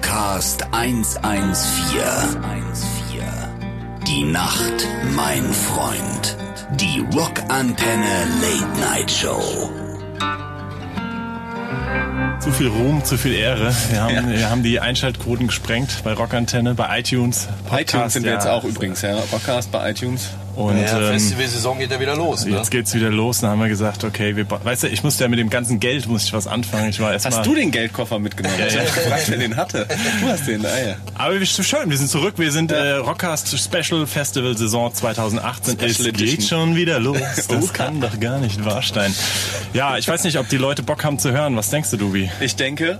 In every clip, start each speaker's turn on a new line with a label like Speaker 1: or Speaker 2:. Speaker 1: Post 114. Die Nacht, mein Freund. Die Rockantenne Late Night Show.
Speaker 2: Zu viel Ruhm, zu viel Ehre. Wir haben, wir haben die Einschaltquoten gesprengt bei Rockantenne, bei iTunes. Podcast,
Speaker 3: iTunes sind wir
Speaker 2: ja.
Speaker 3: jetzt auch übrigens, ja. Podcast bei iTunes.
Speaker 2: Und
Speaker 4: ja,
Speaker 2: ähm,
Speaker 4: Festivalsaison geht ja wieder los. Ne?
Speaker 2: jetzt geht's wieder los. Dann haben wir gesagt, okay, wir, ba- weißt du, ich musste ja mit dem ganzen Geld muss ich was anfangen. Ich war erst mal,
Speaker 3: Hast du den Geldkoffer mitgenommen? Ich hab gefragt, wer den hatte. Du hast den, ah ja.
Speaker 2: Aber wir sind schön, wir sind zurück. Wir sind äh, Rockcast Special Festival Saison 2018. es
Speaker 3: Special Edition.
Speaker 2: geht schon wieder los. Das
Speaker 3: Oha.
Speaker 2: kann doch gar nicht wahr sein. Ja, ich weiß nicht, ob die Leute Bock haben zu hören. Was denkst du, Dubi?
Speaker 3: Ich denke,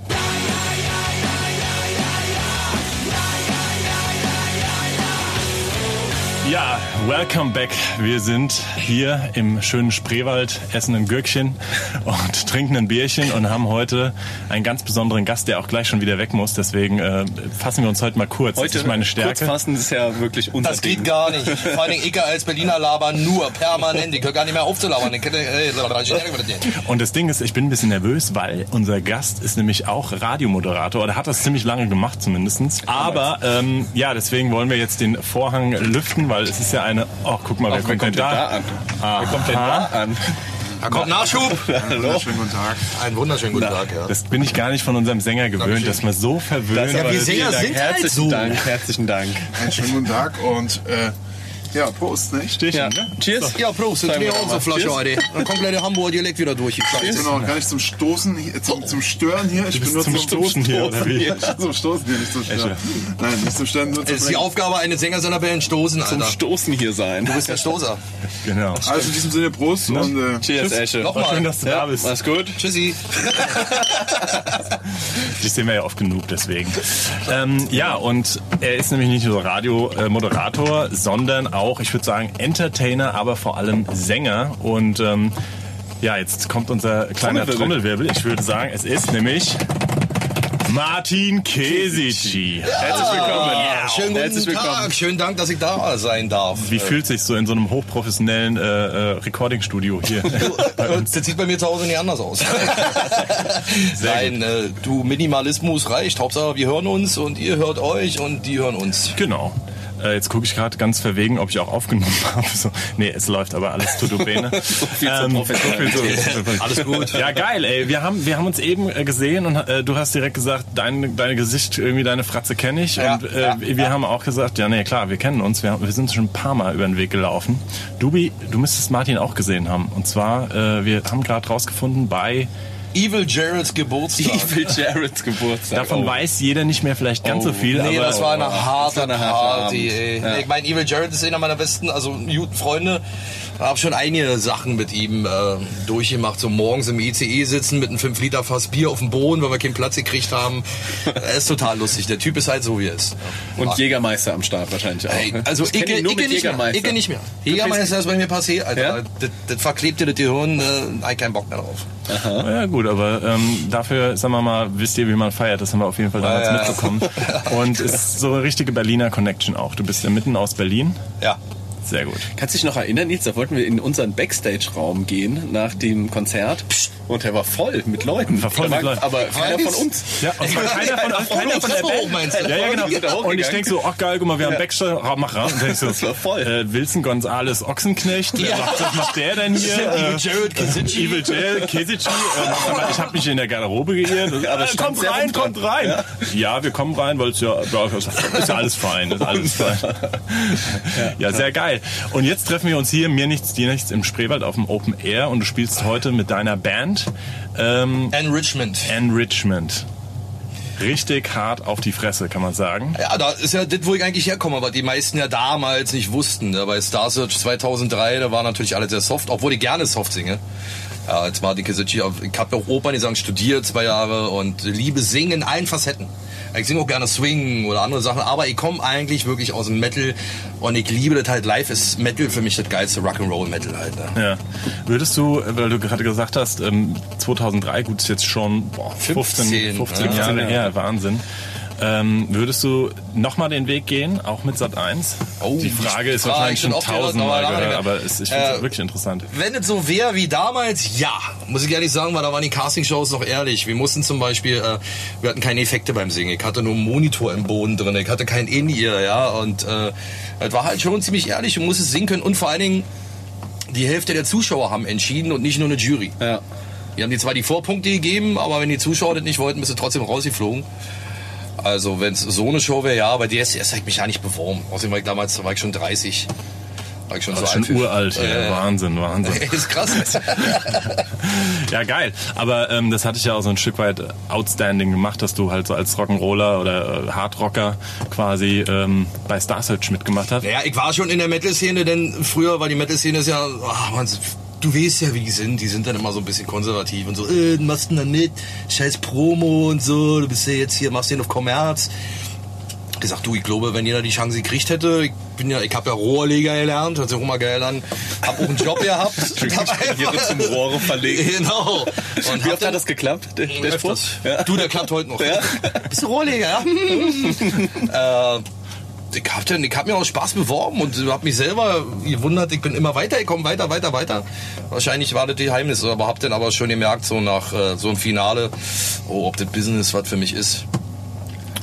Speaker 2: Ja, welcome back. Wir sind hier im schönen Spreewald, essen ein Gürkchen und trinken ein Bierchen und haben heute einen ganz besonderen Gast, der auch gleich schon wieder weg muss. Deswegen äh, fassen wir uns heute mal kurz. das
Speaker 3: heute
Speaker 2: ist meine
Speaker 3: kurz
Speaker 2: Stärke.
Speaker 3: fassen ist ja wirklich unser
Speaker 4: Das
Speaker 3: Ding.
Speaker 4: geht gar nicht. Vor allen Dingen Icke als Berliner labern nur permanent. Die können gar nicht mehr aufzulabern. Die können- äh,
Speaker 2: Und das Ding ist, ich bin ein bisschen nervös, weil unser Gast ist nämlich auch Radiomoderator oder hat das ziemlich lange gemacht zumindestens. Aber ähm, ja, deswegen wollen wir jetzt den Vorhang lüften, weil es ist ja eine... Oh, guck mal, wer
Speaker 3: Wer
Speaker 2: kommt denn da?
Speaker 3: an? Wer kommt denn da an?
Speaker 4: Da kommt Nachschub.
Speaker 3: Hallo?
Speaker 5: Schönen guten Tag.
Speaker 4: Einen wunderschönen guten Tag. Ja.
Speaker 2: Das bin ich gar nicht von unserem Sänger gewöhnt, dass man so verwöhnt
Speaker 4: Ja,
Speaker 3: aber
Speaker 4: wir Sänger
Speaker 3: vielen Dank.
Speaker 4: sind halt
Speaker 3: herzlichen
Speaker 4: so.
Speaker 3: Dank, herzlichen Dank.
Speaker 5: Einen schönen guten Tag und äh, ja, Prost, nicht?
Speaker 2: Stichen,
Speaker 3: Ja.
Speaker 2: ne?
Speaker 3: Cheers.
Speaker 4: Ja, Prost. Jetzt
Speaker 3: Sagen wir
Speaker 4: mir
Speaker 3: doch
Speaker 4: auch so
Speaker 3: mal.
Speaker 4: Flasche
Speaker 3: Cheers.
Speaker 4: heute. Dann kommt gleich der Hamburger Dialekt wieder durch.
Speaker 5: Ich bin auch gar nicht zum Stoßen, hier- äh, zum, zum Stören hier. Ich
Speaker 2: bist
Speaker 5: bin nur
Speaker 2: zum Stoßen hier, oder wie?
Speaker 5: hier. Zum Stoßen hier, nicht zum Stören. Nein, nicht zum Stören, nur zum
Speaker 4: Es Äh, ist die
Speaker 5: Bringen.
Speaker 4: Aufgabe eines Sängers in der Band Stoßen,
Speaker 3: Zum
Speaker 4: Alter.
Speaker 3: Stoßen hier sein.
Speaker 4: Du bist der Stoßer.
Speaker 2: Genau.
Speaker 5: Also in diesem Sinne Prost und äh,
Speaker 3: Cheers, Esche.
Speaker 4: Nochmal.
Speaker 2: Schön, dass du da bist.
Speaker 3: Mach's gut.
Speaker 4: Tschüssi.
Speaker 2: Dich sehen wir ja oft genug, deswegen. Ähm, ja, und er ist nämlich nicht nur Radiomoderator, sondern auch, ich würde sagen, Entertainer, aber vor allem Sänger. Und ähm, ja, jetzt kommt unser kleiner Trommelwirbel.
Speaker 3: Trommelwirbel.
Speaker 2: Ich würde sagen, es ist nämlich Martin Kesici.
Speaker 3: Herzlich willkommen.
Speaker 4: Ja, schönen
Speaker 3: Herzlich
Speaker 4: guten
Speaker 3: willkommen.
Speaker 4: Tag. Schönen Dank, dass ich da sein darf.
Speaker 2: Wie fühlt sich so in so einem hochprofessionellen äh, äh, Recording-Studio hier?
Speaker 4: Das sieht bei mir zu Hause nicht anders aus. Nein, äh, du, Minimalismus reicht. Hauptsache, wir hören uns und ihr hört euch und die hören uns.
Speaker 2: Genau. Äh, jetzt gucke ich gerade ganz verwegen, ob ich auch aufgenommen habe. So, nee, es läuft aber alles to do bene. Ähm,
Speaker 3: viel zur Professionalität.
Speaker 2: Alles gut. Ja, geil, ey. Wir haben, wir haben uns eben äh, gesehen und äh, du hast direkt gesagt, dein, dein Gesicht, irgendwie deine Fratze kenne ich.
Speaker 4: Ja,
Speaker 2: und äh,
Speaker 4: ja,
Speaker 2: wir haben auch gesagt, ja, nee, klar, wir kennen uns. Wir, haben, wir sind schon ein paar Mal über den Weg gelaufen. Dubi, du müsstest Martin auch gesehen haben. Und zwar, äh, wir haben gerade rausgefunden, bei
Speaker 4: Evil Geralds Geburtstag.
Speaker 3: Evil Jareds Geburtstag.
Speaker 2: davon
Speaker 3: Oh.
Speaker 2: weiß jeder nicht mehr vielleicht ganz so viel.
Speaker 4: Oh. Nee,
Speaker 2: aber,
Speaker 4: das war eine
Speaker 3: das
Speaker 4: harte
Speaker 3: war eine harte
Speaker 4: Party.
Speaker 3: Abend.
Speaker 4: Ey.
Speaker 3: Ja.
Speaker 4: Nee, Ich meine, Evil Jared ist einer meiner besten, also guten Freunde. Ich habe schon einige Sachen mit ihm äh, durchgemacht. So morgens im ICE sitzen mit einem 5-Liter-Fass Bier auf dem Boden, weil wir keinen Platz gekriegt haben. Er ist total lustig. Der Typ ist halt so, wie er ist.
Speaker 3: Und Jägermeister am Start wahrscheinlich auch.
Speaker 4: Ey,
Speaker 3: ne?
Speaker 4: also
Speaker 3: Ich kenn
Speaker 4: Icke,
Speaker 3: ihn nur
Speaker 4: Icke,
Speaker 3: mit
Speaker 4: nicht mehr,
Speaker 3: Jägermeister.
Speaker 4: Icke nicht mehr.
Speaker 3: Du kriegst-
Speaker 4: Jägermeister ist bei mir passiert, Alter.
Speaker 3: Ja?
Speaker 4: Das, das verklebt dir das Gehirn, äh, hab ich keinen Bock mehr drauf.
Speaker 2: Ja gut, aber ähm, dafür, sagen wir mal, wisst ihr, wie man feiert. Das haben wir auf jeden Fall damals
Speaker 4: Ja, ja.
Speaker 2: mitbekommen. Und es ist so eine richtige Berliner Connection auch. Du bist ja mitten aus Berlin.
Speaker 4: Ja.
Speaker 2: Sehr gut.
Speaker 3: Kannst du dich noch erinnern, Nils, da wollten wir in unseren Backstage-Raum gehen nach dem Konzert und der war voll mit Leuten.
Speaker 2: War voll
Speaker 3: Da
Speaker 2: mit Leuten.
Speaker 3: Aber keiner von uns.
Speaker 2: Ja, und zwar keiner von euch, keiner von der
Speaker 4: Treppe hoch,
Speaker 2: Band.
Speaker 4: meinst du?
Speaker 2: Ja, ja,
Speaker 3: Die sind da
Speaker 2: genau. Und ich
Speaker 3: hochgegangen.
Speaker 2: denke so, ach geil, guck mal, wir haben Backstage, ah, mach ran. Und denk so,
Speaker 3: Das war voll.
Speaker 2: Äh, Wilson Gonzales Ochsenknecht, äh, was, was macht der denn hier? Äh,
Speaker 4: Jared Kesici.
Speaker 2: Evil Jail, Kesici. Äh, sag mal, ich habe mich in der Garderobe geirrt.
Speaker 3: Aber
Speaker 2: Äh,
Speaker 3: stand
Speaker 2: kommt
Speaker 3: sehr
Speaker 2: rein,
Speaker 3: rum dran.
Speaker 2: kommt rein. Ja. wir kommen rein, weil es ja, ja, ist ja alles fein. Ist alles fein. Ja, sehr geil. Und jetzt treffen wir uns hier, mir nichts, dir nichts, im Spreewald auf dem Open Air und du spielst heute mit deiner Band. Ähm,
Speaker 4: Enrichment.
Speaker 2: Enrichment. Richtig hart auf die Fresse, kann man sagen.
Speaker 4: Ja, da ist ja das, wo ich eigentlich herkomme, was die meisten ja damals nicht wussten. Ne? Bei Star Search 2003, da war natürlich alles sehr soft, obwohl ich gerne soft singe. Ja, jetzt war die Kesici, ich habe ja auch Opern, die sagen, studiert zwei Jahre und liebe Singen in allen Facetten. Ich singe auch gerne Swing oder andere Sachen, aber ich komme eigentlich wirklich aus dem Metal und ich liebe das halt. Live ist Metal für mich das geilste Rock'n'Roll-Metal halt. Ne?
Speaker 2: Ja. Würdest du, weil du gerade gesagt hast, ähm, 2003, gut, ist jetzt schon boah, 15,
Speaker 4: 15,
Speaker 2: 15
Speaker 4: ja.
Speaker 2: Jahre her, Wahnsinn. Ähm, würdest du nochmal den Weg gehen, auch mit Sat 1?
Speaker 4: Oh,
Speaker 2: die Frage ist
Speaker 4: die Frage
Speaker 2: wahrscheinlich
Speaker 4: schon
Speaker 2: schon
Speaker 4: oft gehört,
Speaker 2: tausendmal
Speaker 4: aber lange
Speaker 2: gehört,
Speaker 4: nicht mehr.
Speaker 2: aber es, ich finde es
Speaker 4: Äh,
Speaker 2: wirklich interessant.
Speaker 4: Wenn es so wäre wie damals, ja. Muss ich ehrlich sagen, weil da waren die Castingshows noch ehrlich. Wir mussten zum Beispiel, äh, wir hatten keine Effekte beim Singen. Ich hatte nur einen Monitor im Boden drin. Ich hatte kein In-Ear, ja. Und äh, das war halt schon ziemlich ehrlich. Du musstest singen können. Und vor allen Dingen, die Hälfte der Zuschauer haben entschieden und nicht nur eine Jury.
Speaker 3: Ja.
Speaker 4: Die haben dir zwar die Vorpunkte gegeben, aber wenn die Zuschauer das nicht wollten, bist du trotzdem rausgeflogen. Also wenn es so eine Show wäre, ja, aber DSDS habe ich mich ja nicht beworben. Außerdem war ich damals war ich schon 30. War ich schon so
Speaker 2: Schon
Speaker 4: alt für-
Speaker 2: uralt,
Speaker 4: Ja,
Speaker 2: ja,
Speaker 4: ja.
Speaker 2: Wahnsinn, Wahnsinn.
Speaker 4: Ist krass.
Speaker 2: Ja, geil. Aber ähm, das hatte ich ja auch so ein Stück weit äh, outstanding gemacht, dass du halt so als Rock'n'Roller oder äh, Hardrocker quasi ähm, bei Star Search mitgemacht hast.
Speaker 4: Naja, ich war schon in der Metal-Szene, denn früher war die Metal-Szene ist ja, ah, man, du weißt ja, wie die sind. Die sind dann immer so ein bisschen konservativ und so, äh, du machst denn dann mit, scheiß Promo und so, du bist ja jetzt hier, machst den auf Kommerz. gesagt, du, ich glaube, wenn jeder die Chance gekriegt hätte, ich bin ja, ich habe ja Rohrleger gelernt, hört sich auch mal geil an, hab auch einen Job gehabt. und hab
Speaker 3: Hier
Speaker 4: einfach-
Speaker 3: zum Rohre verlegen.
Speaker 4: Genau. Und
Speaker 3: Wie
Speaker 4: hab
Speaker 3: oft
Speaker 4: dann-
Speaker 3: hat das geklappt, der, der
Speaker 4: Öfters.
Speaker 3: Spruch? Ja.
Speaker 4: Du, der klappt heute noch. Bist du Rohrleger, ja? äh, ich hab, denn, ich hab mir aus Spaß beworben und hab mich selber gewundert, ich bin immer weiter, ich komm weiter, weiter, weiter. Wahrscheinlich war das Geheimnis, aber hab dann aber schon gemerkt, so nach äh, so einem Finale, oh, ob das Business was für mich ist.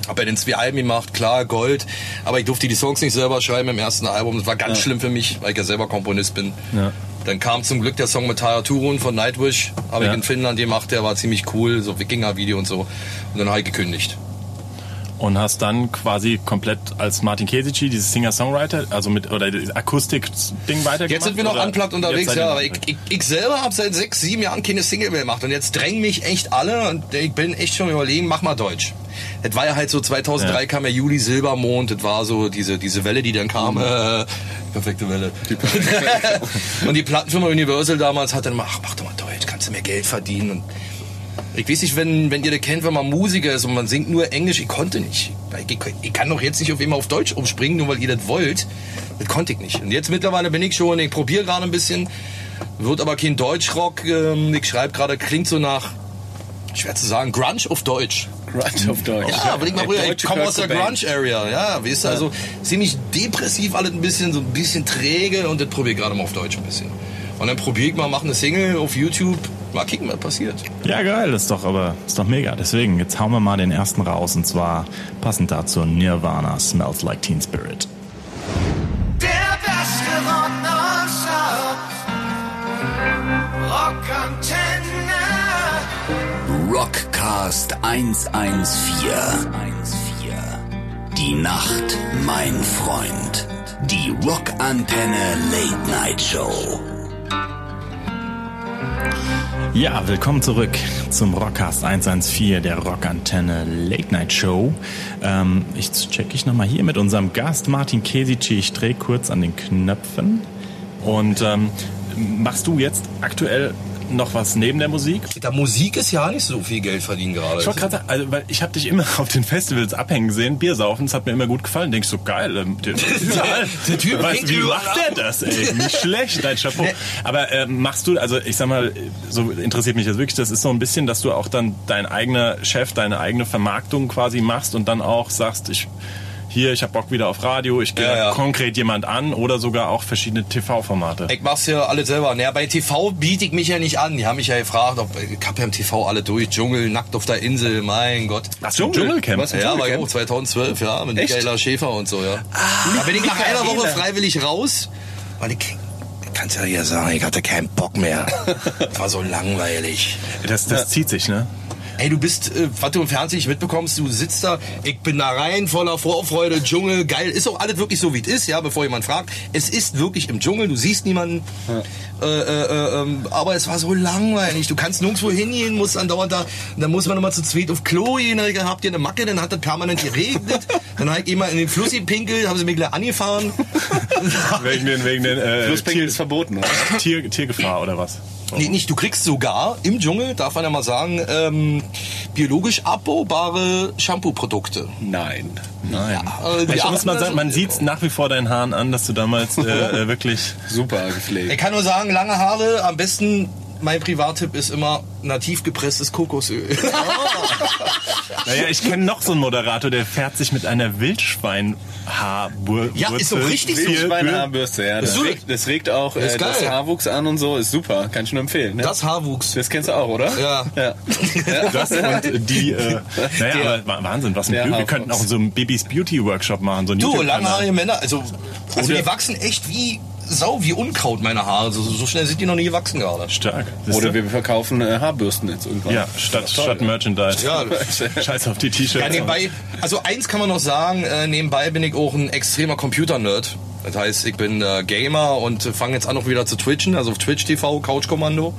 Speaker 4: Hab ja den zwei Alben gemacht, klar, Gold, aber ich durfte die Songs nicht selber schreiben im ersten Album. Das war ganz schlimm für mich, weil ich ja selber Komponist bin.
Speaker 2: Ja.
Speaker 4: Dann kam zum Glück der Song mit Taya Turun von Nightwish, habe
Speaker 2: Ja.
Speaker 4: ich in Finnland gemacht, der war ziemlich cool, so Wikinger-Video und so. Und dann habe ich gekündigt.
Speaker 2: Und hast dann quasi komplett als Martin Kesici, dieses Singer-Songwriter, also mit, oder dieses Akustik-Ding weitergemacht?
Speaker 4: Jetzt sind wir noch
Speaker 2: oder?
Speaker 4: unplugged
Speaker 2: Jetzt
Speaker 4: unterwegs,
Speaker 2: seid ihr
Speaker 4: ja,
Speaker 2: noch
Speaker 4: aber ich,
Speaker 2: unplugged.
Speaker 4: ich, ich selber habe seit sechs, sieben Jahren keine Single mehr gemacht und jetzt drängen mich echt alle und ich bin echt schon überlegen, mach mal Deutsch. Das war ja halt so 2003
Speaker 2: Ja.
Speaker 4: kam ja Juli Silbermond, das war so diese, diese Welle, die dann kam.
Speaker 2: Mhm.
Speaker 4: Äh, perfekte Welle. und die Plattenfirma Universal damals hat dann mal, ach, mach doch mal Deutsch, kannst du mehr Geld verdienen und Ich weiß nicht, wenn, wenn ihr das kennt, wenn man Musiker ist und man singt nur Englisch, ich konnte nicht. Ich, ich kann doch jetzt nicht auf immer auf Deutsch umspringen, nur weil ihr das wollt. Das konnte ich nicht. Und jetzt mittlerweile bin ich schon, ich probiere gerade ein bisschen, wird aber kein Deutschrock. Ähm, ich schreibe gerade, klingt so nach, schwer zu sagen, Grunge auf Deutsch.
Speaker 3: Grunge auf Deutsch.
Speaker 4: Ja, aber ich mal rüber, ich
Speaker 3: Deutsche
Speaker 4: komme
Speaker 3: Kurt
Speaker 4: aus der
Speaker 3: Cobain.
Speaker 4: Grunge-Area. Ja, weißt du, also ziemlich depressiv alles ein bisschen, so ein bisschen träge und das probiere ich gerade mal auf Deutsch ein bisschen. Und dann probiere ich mal, mache eine Single auf YouTube, mal kicken, was passiert.
Speaker 6: Ja, geil, ist doch aber ist doch mega. Deswegen, jetzt hauen wir mal den ersten raus und zwar passend dazu Nirvana Smells Like Teen Spirit.
Speaker 7: Der beste Rock nonstop. Rock Antenne.
Speaker 1: Rockcast 114. Die Nacht, mein Freund. Die Rockantenne Late Night Show.
Speaker 6: Ja, willkommen zurück zum Rockcast 114 der Rockantenne Late Night Show. Ähm, ich checke ich nochmal hier mit unserem Gast Martin Kesici. Ich drehe kurz an den Knöpfen.
Speaker 2: Und ähm, machst du jetzt aktuell noch was neben der Musik?
Speaker 4: Da Musik ist ja nicht so viel Geld verdienen gerade.
Speaker 2: Ich wollte gerade sagen, also, weil ich habe dich immer auf den Festivals abhängen sehen, Bier saufen, das hat mir immer gut gefallen. Denkst du, geil, ähm, der, überall.
Speaker 4: Der Typ
Speaker 2: weißt,
Speaker 4: hängt
Speaker 2: du, wie
Speaker 4: überall
Speaker 2: macht der das, ey? Nicht schlecht, dein Chapeau. Aber ähm, machst du, also ich sag mal, so interessiert mich das wirklich, das ist so ein bisschen, dass du auch dann dein eigener Chef, deine eigene Vermarktung quasi machst und dann auch sagst, ich hier, ich habe Bock wieder auf Radio, ich gehe
Speaker 4: Ja, ja.
Speaker 2: konkret jemand an oder sogar auch verschiedene TV-Formate.
Speaker 4: ich mach's ja alles selber. Naja, bei TV biete ich mich ja nicht an. Die haben mich ja gefragt, ob ich hab ja im TV alle durch. Dschungel, nackt auf der Insel, mein Gott.
Speaker 2: Hast du ein Dschungelcamp? Ah,
Speaker 3: Was?
Speaker 4: Ja, war ich
Speaker 3: Dschungelcamp?
Speaker 4: auch 2012, ja, mit Michaela Schäfer und so, ja. da bin ich nach
Speaker 2: Michaela.
Speaker 4: einer Woche freiwillig raus, weil ich, kannst ja hier sagen, ich hatte keinen Bock mehr. war so langweilig.
Speaker 2: Das, das zieht sich, ne?
Speaker 4: Ey, du bist, äh, was du im Fernsehen nicht mitbekommst, du sitzt da, ich bin da rein, voller Vorfreude, Dschungel, geil. Ist auch alles wirklich so, wie es ist, ja, bevor jemand fragt. Es ist wirklich im Dschungel, du siehst niemanden. Äh, äh, äh, ähm, aber es war so langweilig. Du kannst nirgendwo hingehen, musst andauernd da. Und dann muss man immer zu zweit auf Klo gehen. Dann habt ihr eine Macke, dann hat das permanent geregnet. dann hab ich immer in den Fluss gepinkelt, haben sie mich gleich angefahren.
Speaker 2: Wegen den, wegen den äh,
Speaker 3: Pluspinkel
Speaker 2: Tier,
Speaker 3: ist verboten. oder?
Speaker 2: Tier, Tiergefahr oder was?
Speaker 4: Nee, nicht, du kriegst sogar im Dschungel, darf man ja mal sagen, ähm, biologisch abbaubare Shampoo-Produkte.
Speaker 3: Nein.
Speaker 2: Nein.
Speaker 4: also die
Speaker 2: ich muss mal
Speaker 4: achten
Speaker 2: sagen, man
Speaker 4: also-
Speaker 2: sieht nach wie vor deinen Haaren an, dass du damals äh, äh, wirklich.
Speaker 3: Super
Speaker 4: Ich
Speaker 3: gepflegt.
Speaker 4: kann nur sagen, lange Haare am besten mein Privattipp ist immer nativ gepresstes Kokosöl.
Speaker 2: Naja, ich kenne noch so einen Moderator, der fährt sich mit einer Wildschweinhaarbürste.
Speaker 4: Ja, ist doch richtig so.
Speaker 3: Wildschweinhaarbürste, ja. Das
Speaker 4: Ist
Speaker 3: regt, das regt auch
Speaker 4: Ist
Speaker 3: äh, das
Speaker 4: geil.
Speaker 3: Haarwuchs an und so. Ist super. Kann ich nur empfehlen. Ne?
Speaker 4: Das Haarwuchs.
Speaker 3: das kennst du auch, oder?
Speaker 4: Ja.
Speaker 3: ja.
Speaker 2: Das und die, äh, naja, aber Wah- Wahnsinn, was ein
Speaker 3: Der
Speaker 2: Bild. Wir
Speaker 3: Haarwuchs.
Speaker 2: könnten auch so einen Babys Beauty Workshop machen. So einen
Speaker 4: Du,
Speaker 2: YouTube-Kanal.
Speaker 4: langhaarige Männer, also, also
Speaker 2: Oder-
Speaker 4: die wachsen echt wie Sau, wie Unkraut meine Haare. So, so schnell sind die noch nie gewachsen gerade.
Speaker 2: Stark. Siehst
Speaker 3: Oder
Speaker 2: du?
Speaker 3: wir verkaufen äh, Haarbürsten jetzt irgendwann.
Speaker 2: ja, statt, statt Merchandise.
Speaker 4: Ja,
Speaker 2: Scheiß auf die T-Shirts.
Speaker 4: Ja, nebenbei, also eins kann man noch sagen, äh, nebenbei bin ich auch ein extremer Computer-Nerd. Das heißt, ich bin äh, Gamer und äh, fange jetzt an, auch wieder zu twitchen, also auf Twitch TV, Couch Kommando.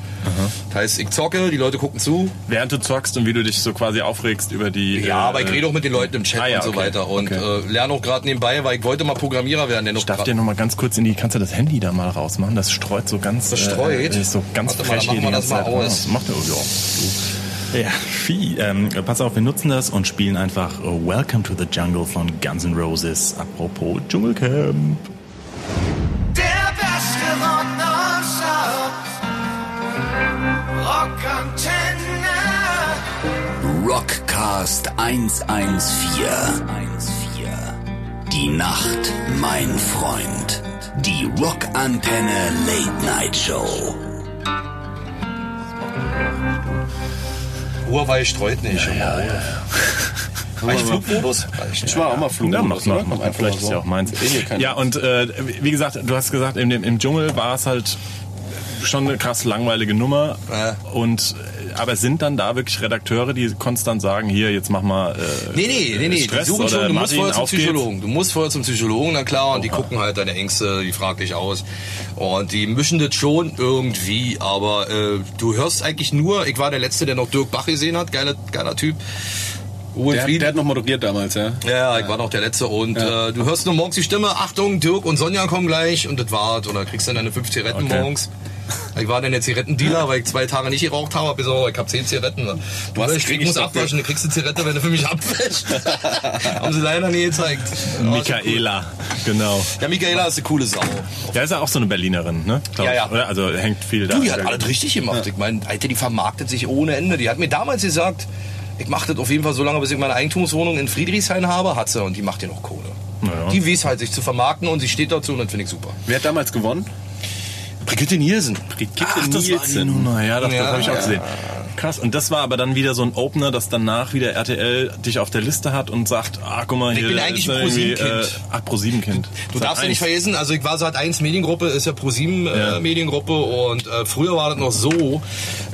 Speaker 4: Das heißt, ich zocke, die Leute gucken zu.
Speaker 2: Während du zockst und wie du dich so quasi aufregst über die.
Speaker 4: Ja, aber ich rede auch mit den Leuten im Chat
Speaker 2: Äh, ah ja,
Speaker 4: und so
Speaker 2: okay,
Speaker 4: weiter und äh, lerne auch gerade nebenbei, weil ich wollte mal Programmierer werden. Denn
Speaker 2: Ich darf dir noch mal ganz kurz in die. Kannst du das Handy da mal rausmachen? Das streut so ganz.
Speaker 4: Das streut?
Speaker 2: Äh, ist so ganz
Speaker 4: Warte mal,
Speaker 2: frech
Speaker 4: dann
Speaker 2: hier
Speaker 4: machen
Speaker 2: die
Speaker 4: wir das
Speaker 2: ganze
Speaker 4: mal
Speaker 2: Zeit.
Speaker 4: aus.
Speaker 2: Ja, Macht er ja.
Speaker 6: Ja, viel. Ähm, pass auf, wir nutzen das und spielen einfach äh, Welcome to the Jungle von Guns N' Roses. Apropos Dschungelcamp.
Speaker 7: Der beste Rocknonstop. Rockantenne.
Speaker 1: Rockcast 114. Die Nacht, mein Freund. Die Rockantenne Late Night Show.
Speaker 4: Huawei streut nicht. Ja, ja, ja. Flugmodus?
Speaker 3: Ich war auch mal Flug. ne?
Speaker 2: Ja, mach mal. mach mal. Vielleicht ist ja auch meins.
Speaker 3: eh
Speaker 2: Ja, und äh, wie gesagt, du hast gesagt, im, im Dschungel war es halt schon eine krass langweilige Nummer.
Speaker 4: Ja.
Speaker 2: Und äh, aber sind dann da wirklich Redakteure, die konstant sagen, hier jetzt mach mal. Äh,
Speaker 4: Nee, nee, nee, nee. die
Speaker 2: Stress
Speaker 4: suchen
Speaker 2: oder
Speaker 4: schon, du musst
Speaker 2: Martin,
Speaker 4: vorher zum
Speaker 2: auf geht's.
Speaker 4: Psychologen. Du musst vorher zum Psychologen, na klar, und die gucken halt deine Ängste, die fragen dich aus. Und die mischen das schon irgendwie, aber äh, du hörst eigentlich nur, ich war der Letzte, der noch Dirk Bach gesehen hat, geiler, geiler Typ. Ruhe in
Speaker 3: Der, hat- der
Speaker 4: Frieden.
Speaker 3: hat noch moderiert damals, ja.
Speaker 4: Ja, ich war noch der Letzte und äh, du hörst nur morgens die Stimme, Achtung, Dirk und Sonja kommen gleich und das war's. Und dann kriegst du dann deine fünf Zigaretten
Speaker 2: Okay.
Speaker 4: morgens. Ich war dann der Zigarettendealer, weil ich zwei Tage nicht geraucht habe. hab Ich so, ich hab zehn Zigaretten. Du
Speaker 3: Was
Speaker 4: ich
Speaker 3: krieg
Speaker 4: krieg
Speaker 3: ich
Speaker 4: muss
Speaker 3: dafür?
Speaker 4: abwaschen, du kriegst eine Zigarette, wenn du für mich abwäschst. Haben sie leider nie gezeigt.
Speaker 2: Michaela, genau.
Speaker 4: Ja, Michaela ist eine coole Sau.
Speaker 2: Ja, ist ja auch so eine Berlinerin, ne? Glaub
Speaker 4: Ja,
Speaker 2: ich.
Speaker 4: ja.
Speaker 2: Oder? Also hängt viel da.
Speaker 4: Du, die hat alles richtig gemacht. Ich meine, Alter, die vermarktet sich ohne Ende. Die hat mir damals gesagt, ich mache das auf jeden Fall so lange, bis ich meine Eigentumswohnung in Friedrichshain habe. Hat sie und die macht dir noch Kohle.
Speaker 2: Naja.
Speaker 4: Die weiß halt, sich zu vermarkten und sie steht dazu und das finde ich super.
Speaker 3: Wer hat damals gewonnen?
Speaker 4: Brigitte Nielsen.
Speaker 2: Ach, das war die Nummer, ja, das, das
Speaker 4: Ja,
Speaker 2: habe ich auch
Speaker 4: ja.
Speaker 2: gesehen. Krass, und das war aber dann wieder so ein Opener, dass danach wieder RTL dich auf der Liste hat und sagt, ah, guck mal,
Speaker 4: Ich
Speaker 2: hier
Speaker 4: bin
Speaker 2: da
Speaker 4: eigentlich
Speaker 2: ist
Speaker 4: ein
Speaker 2: irgendwie,
Speaker 4: ProSieben-Kind.
Speaker 2: Äh, ach, pro sieben Kind.
Speaker 4: Du darfst ja nicht vergessen, also ich war seit 1 Mediengruppe, ist ja ProSieben
Speaker 2: Ja.
Speaker 4: äh, Mediengruppe und äh, früher war das noch so,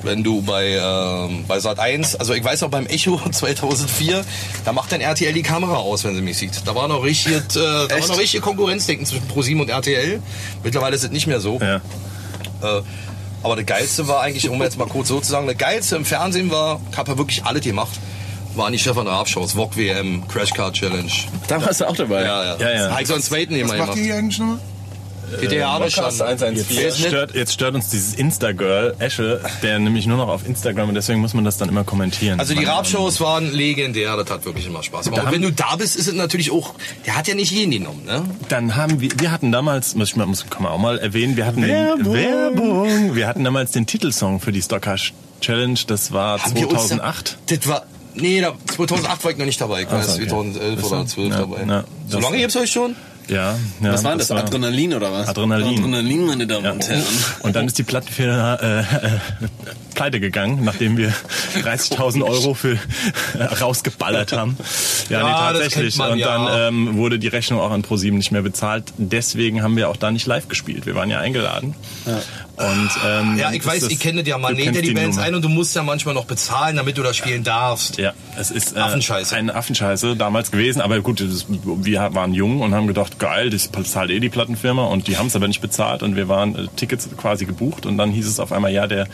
Speaker 4: wenn du bei, ähm, bei Sat 1, also ich weiß noch beim Echo 2004, da macht dann RTL die Kamera aus, wenn sie mich sieht. Da war noch richtig, äh, da war
Speaker 3: Echt?
Speaker 4: noch richtig Konkurrenzdenken zwischen ProSieben und RTL. Mittlerweile ist es nicht mehr so.
Speaker 2: Ja.
Speaker 4: Äh, aber das Geilste war eigentlich, um jetzt mal kurz so zu sagen, das Geilste im Fernsehen war, ich habe ja wirklich alles gemacht, waren die Stefan Raab Shows, Wok WM, Crash Car Challenge.
Speaker 3: Da warst du auch dabei.
Speaker 4: Ja, ja.
Speaker 2: Ja, ja.
Speaker 4: Heiko und Zweiten
Speaker 5: Was
Speaker 4: immer
Speaker 5: macht
Speaker 4: gemacht.
Speaker 5: ihr hier eigentlich nochmal?
Speaker 3: Podcast
Speaker 4: DDR-Bestand.
Speaker 3: 114.
Speaker 4: Jetzt-
Speaker 2: Jetzt stört, jetzt stört uns dieses Insta-Girl, Esche, der nämlich nur noch auf Instagram und deswegen muss man das dann immer kommentieren.
Speaker 4: Also die
Speaker 2: Man-
Speaker 4: Rab-Shows waren legendär, das hat wirklich immer Spaß gemacht. Und wenn du da bist, ist es natürlich auch, der hat ja nicht jeden genommen, ne?
Speaker 2: Dann haben wir, wir hatten damals, muss ich mal, muss, kann man auch mal erwähnen, wir hatten den,
Speaker 6: Werbung.
Speaker 2: Werbung. Wir hatten damals den Titelsong für die Stockage Challenge, das war
Speaker 4: Haben wir uns da-
Speaker 2: 2008.
Speaker 4: Das war, nee, da, 2008 war ich noch nicht dabei, ich
Speaker 2: Ach
Speaker 4: weiß,
Speaker 2: so, okay.
Speaker 4: 2011
Speaker 2: Wisst ihr?
Speaker 4: oder 12
Speaker 2: Ja,
Speaker 4: dabei.
Speaker 2: ja,
Speaker 4: so
Speaker 2: das-
Speaker 4: lange gibt's euch schon?
Speaker 2: Ja, ja.
Speaker 3: Was war das? Adrenalin oder was?
Speaker 2: Adrenalin.
Speaker 3: Adrenalin, meine Damen
Speaker 2: Ja.
Speaker 3: und Herren.
Speaker 2: Und dann ist die Plattenfirma äh, äh, pleite gegangen, nachdem wir 30.000 Euro für äh, rausgeballert haben. Ja,
Speaker 4: Ja,
Speaker 2: nee,
Speaker 4: das
Speaker 2: tatsächlich.
Speaker 4: kennt man
Speaker 2: und
Speaker 4: ja auch.
Speaker 2: dann ähm, wurde die Rechnung auch an ProSieben nicht mehr bezahlt. Deswegen haben wir auch da nicht live gespielt. Wir waren ja eingeladen. Und, ähm,
Speaker 4: Ja,
Speaker 2: dann
Speaker 4: ich
Speaker 2: ist
Speaker 4: weiß,
Speaker 2: das-
Speaker 4: ich kenne ja mal,
Speaker 2: du
Speaker 4: nee,
Speaker 2: kennst
Speaker 4: der die Bands
Speaker 2: Nummer.
Speaker 4: ein und du musst ja manchmal noch bezahlen, damit du da spielen darfst.
Speaker 2: Ja, es ist äh,
Speaker 4: Affenscheiße.
Speaker 2: eine Affenscheiße damals gewesen, aber gut, das, wir waren jung und haben gedacht, geil, das bezahlt eh die Plattenfirma und die haben es aber nicht bezahlt und wir waren äh, Tickets quasi gebucht und dann hieß es auf einmal, ja, der